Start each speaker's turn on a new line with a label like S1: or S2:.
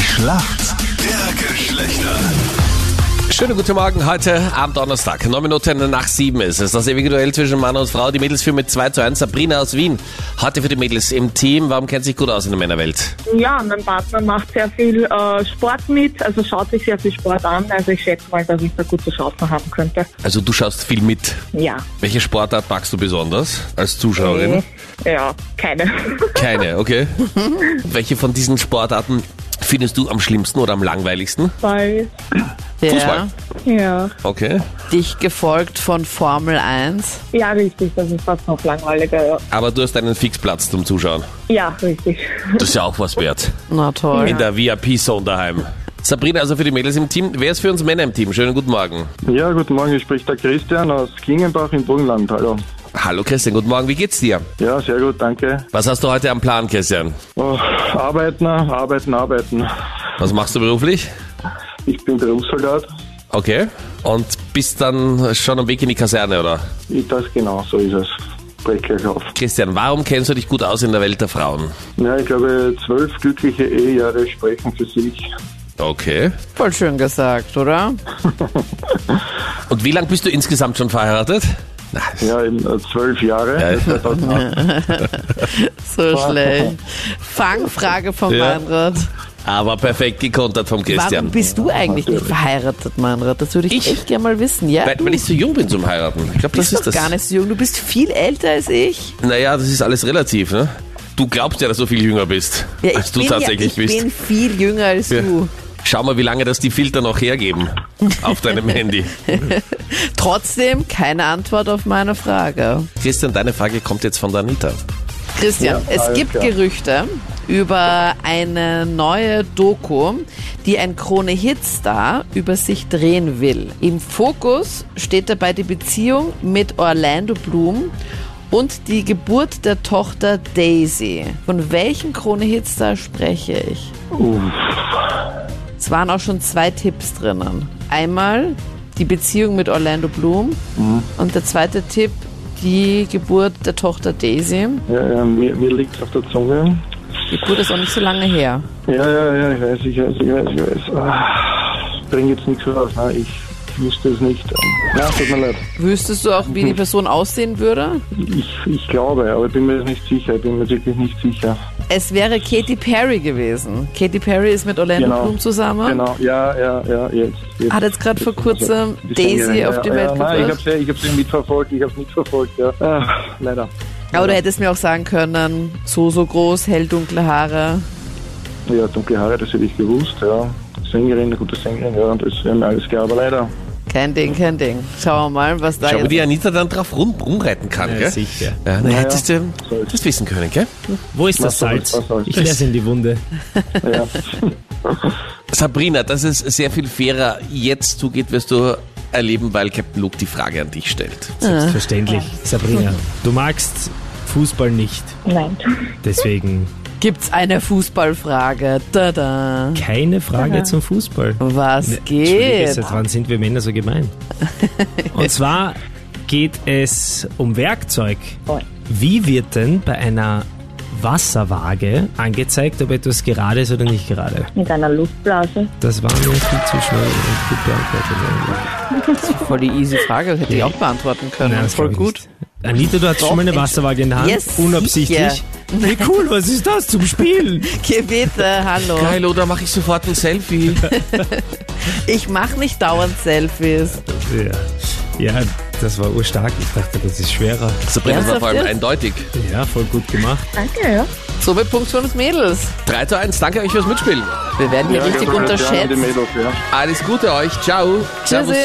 S1: Schlacht der Geschlechter.
S2: Schönen guten Morgen heute am Donnerstag. Neun Minuten nach sieben ist es. Das ewige Duell zwischen Mann und Frau. Die Mädels führen mit 2 zu 1. Sabrina aus Wien. Heute für die Mädels im Team. Warum kennt sie sich gut aus in der Männerwelt?
S3: Ja, mein Partner macht sehr viel äh, Sport mit, also schaut sich sehr viel Sport an. Also ich schätze mal, dass ich da gute Chancen haben könnte.
S2: Also du schaust viel mit.
S3: Ja.
S2: Welche Sportart magst du besonders als Zuschauerin?
S3: Ja, keine.
S2: Keine, okay. Welche von diesen Sportarten findest du am schlimmsten oder am langweiligsten?
S3: Weil,
S4: Der,
S2: Fußball.
S3: ja.
S2: Okay.
S4: Dich gefolgt von Formel 1.
S3: Ja, richtig, das ist fast noch langweiliger. Ja,
S2: Aber du hast einen Fixplatz zum Zuschauen.
S3: ja richtig.
S2: Das ist ja auch was wert.
S4: Na toll.
S2: In der VIP-Zone daheim. Sabrina, also für die Mädels im Team. Wer ist für uns Männer im Team? Schönen guten Morgen.
S5: Ja, guten Morgen, hier spricht der Christian aus Klingenbach im Burgenland. Hallo.
S2: Hallo Christian, guten Morgen. Wie geht's dir?
S5: Ja, sehr gut, danke.
S2: Was hast du heute am Plan, Christian?
S5: Oh, arbeiten, arbeiten, arbeiten.
S2: Was machst du beruflich?
S5: Ich bin Berufssoldat.
S2: Okay. Und bist dann schon am Weg in die Kaserne, oder?
S5: Ich das genau, so ist es. Brech gleich auf.
S2: Christian, warum kennst du dich gut aus in der Welt der Frauen?
S5: Ja, ich glaube, zwölf glückliche Ehejahre sprechen für sich.
S2: Okay.
S4: Voll schön gesagt, oder?
S2: Und wie lange bist du insgesamt schon verheiratet? Na,
S5: Ja, eben äh, zwölf Jahre.
S2: Ja.
S5: Das hat auch-
S4: So schlecht. Fangfrage von
S2: Ja.
S4: Meinrad.
S2: Aber perfekt gekontert vom
S4: Warum
S2: Christian.
S4: bist du eigentlich nicht verheiratet, Meinrad? Das würde ich, echt gerne mal wissen, ja?
S2: Weil,
S4: du
S2: weil ich zu jung bin zum Heiraten. Ich glaube, das
S4: bist
S2: ist
S4: doch
S2: das.
S4: gar nicht so jung. Du bist viel älter als ich.
S2: Naja, das ist alles relativ, ne? Du glaubst ja, dass du viel jünger bist,
S4: Ja, ich
S2: als du
S4: bin
S2: tatsächlich
S4: ja, ich
S2: bist.
S4: bin viel jünger als
S2: Ja.
S4: du.
S2: Schau mal, wie lange das die Filter noch hergeben auf deinem Handy.
S4: Trotzdem keine Antwort auf meine Frage.
S2: Christian, deine Frage kommt jetzt von der Anita.
S4: Christian,
S5: Ja,
S4: es
S5: alles
S4: gibt
S5: klar.
S4: Gerüchte über eine neue Doku, die ein Krone-Hit-Star über sich drehen will. Im Fokus steht dabei die Beziehung mit Orlando Bloom und die Geburt der Tochter Daisy. Von welchem Krone-Hit-Star spreche ich? Es waren auch schon zwei Tipps drinnen. Einmal die Beziehung mit Orlando Bloom
S5: Mhm.
S4: und der zweite Tipp, die Geburt der Tochter Daisy.
S5: Ja, ja, mir, mir liegt's auf der Zunge.
S4: Die Geburt ist auch nicht so lange her.
S5: Ja, ja, ja, ich weiß, ich weiß, ich weiß, ich weiß. Ah, bring jetzt nichts raus. Ne? Ich wüsste es nicht. Ja, tut mir leid.
S4: Wüsstest du auch, wie
S5: Hm.
S4: die Person aussehen würde?
S5: Ich, ich glaube, aber ich bin mir nicht sicher. Ich bin mir wirklich nicht sicher.
S4: Es wäre Katy Perry gewesen. Katy Perry ist mit Orlando
S5: Genau.
S4: Bloom zusammen.
S5: Genau, ja, ja, ja, jetzt. jetzt.
S4: Hat jetzt gerade vor
S5: Jetzt-
S4: kurzem
S5: jetzt-
S4: Daisy
S5: ja,
S4: auf die
S5: ja,
S4: Welt
S5: ja, Nein, ich
S4: gebracht.
S5: hab's, ja- ich hab's nicht mitverfolgt, ich hab's mitverfolgt, ja. Ah, leider.
S4: Aber du hättest mir auch sagen können, so, so groß, hell, dunkle Haare.
S5: Ja, dunkle Haare, das hätte ich gewusst, ja. Sängerin, eine gute Sängerin, ja, und das wäre mir alles klar, aber leider.
S4: Kein Ding, kein Ding. Schauen wir mal, was da
S2: Schau, wie
S4: jetzt...
S2: die Anita dann drauf rum, rumreiten kann, gell?
S6: sicher.
S2: Ja, na,
S5: Ja,
S2: hättest du
S5: So ist-
S2: das wissen können, gell?
S6: Wo ist das
S5: Mach doch was,
S6: Salz?
S5: was soll's.
S6: Ich lasse in die Wunde.
S5: Ja.
S2: Sabrina, dass es sehr viel fairer jetzt zugeht, wirst du erleben, weil Captain Luke die Frage an dich stellt.
S6: Selbstverständlich. Sabrina, du magst Fußball nicht.
S3: Nein.
S6: Deswegen
S4: Gibt's eine Fußballfrage? Tada.
S6: keine Frage zum Fußball.
S4: Was
S6: Entschuldige,
S4: geht?
S6: Seit wann sind wir Männer so gemein? Und zwar geht es um Werkzeug. Wie wird denn bei einer Wasserwaage angezeigt, ob etwas gerade ist oder nicht gerade?
S3: Mit einer Luftblase.
S6: Das war mir viel zu schnell und gut beantwortet. eigentlich.
S4: Voll die easy Frage, hätte ich auch beantworten können.
S6: Nein, das
S4: Voll
S6: glaub ich
S4: gut.
S6: nicht. Anita, du hast schon mal eine Wasserwaage in der Hand.
S4: Yes,
S6: Unabsichtlich. Wie cool, was ist das zum Spielen?
S4: Geh bitte, hallo.
S2: Geil, oder mache ich sofort ein Selfie?
S4: Ich mache nicht dauernd Selfies.
S6: Ja. ja, das war urstark. Ich dachte, das ist schwerer.
S2: Sabrina, das war vor allem
S4: Ernsthaft jetzt?
S2: eindeutig.
S6: Ja, voll gut gemacht.
S3: Danke, ja.
S4: Somit Punkt für uns Mädels.
S2: 3 zu 1, danke euch fürs Mitspielen.
S4: Wir werden hier richtig
S5: Ja, die
S4: unterschätzt.
S5: Mädels, ja.
S2: Alles Gute euch, ciao.
S4: Tschüssi.